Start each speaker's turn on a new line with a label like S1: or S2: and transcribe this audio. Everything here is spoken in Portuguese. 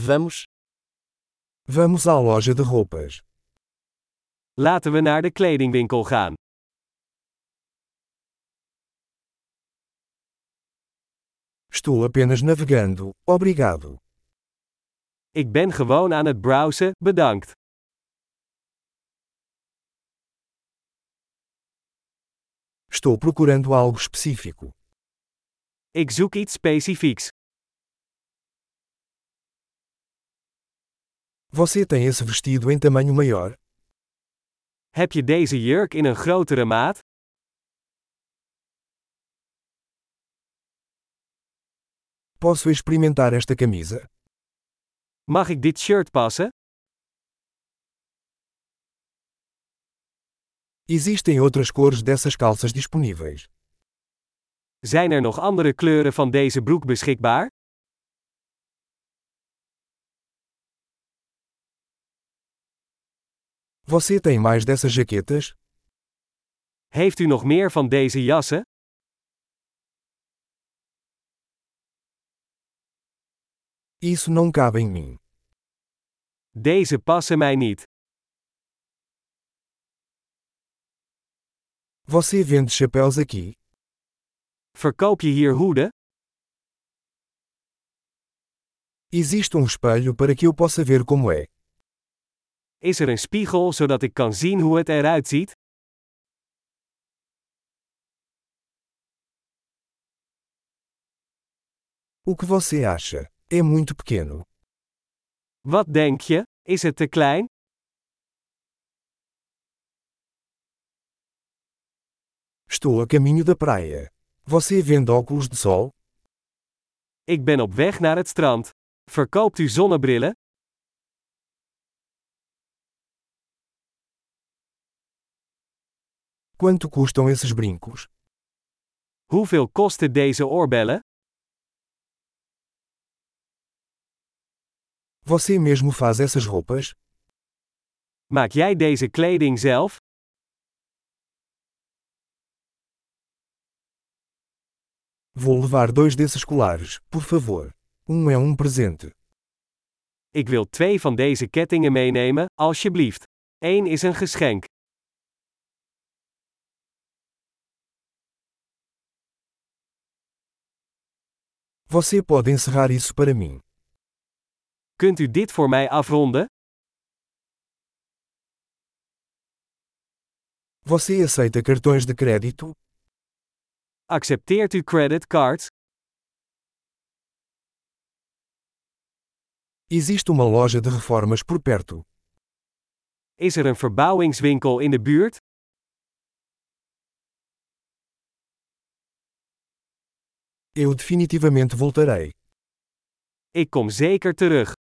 S1: Vamos.
S2: Vamos à loja de roupas.
S1: Laten we naar de kledingwinkel gaan.
S2: Estou apenas navegando, obrigado.
S1: Ik ben gewoon aan het browsen, bedankt.
S2: Estou procurando algo específico.
S1: Ik zoek iets specifieks.
S2: Você tem esse vestido em tamanho maior?
S1: Heb je deze jurk in een grotere maat?
S2: Posso experimentar esta camisa?
S1: Mag ik dit shirt passen?
S2: Existem outras cores dessas calças disponíveis.
S1: Zijn er nog andere kleuren van deze broek beschikbaar?
S2: Você tem mais dessas jaquetas?
S1: Heeft u nog meer van deze jassen?
S2: Isso não cabe em mim.
S1: Deze passen mij niet.
S2: Você vende chapéus aqui?
S1: Verkoop je hier hoeden?
S2: Existe um espelho para que eu possa ver como é.
S1: Is er een spiegel zodat ik kan zien hoe het eruit ziet?
S2: O que você acha? É muito pequeno.
S1: Wat denk je? Is het te klein?
S2: Estou a caminho da praia. Você vende óculos de sol?
S1: Ik ben op weg naar het strand. Verkoopt u zonnebrillen?
S2: Quanto custam esses brincos?
S1: Hoeveel kosten deze oorbellen?
S2: Você mesmo faz essas roupas?
S1: Maak jij deze kleding zelf?
S2: Vou levar dois desses colares, por favor. Um é um presente.
S1: Ik wil twee van deze kettingen meenemen, alsjeblieft. Eén is een geschenk.
S2: Você pode encerrar isso para mim.
S1: Kunt u dit voor mij afronden?
S2: Você aceita cartões de crédito?
S1: Accepteert u creditcards?
S2: Existe uma loja de reformas por perto.
S1: Is er een verbouwingswinkel in de buurt?
S2: Eu definitivamente voltarei.
S1: Ik kom zeker terug.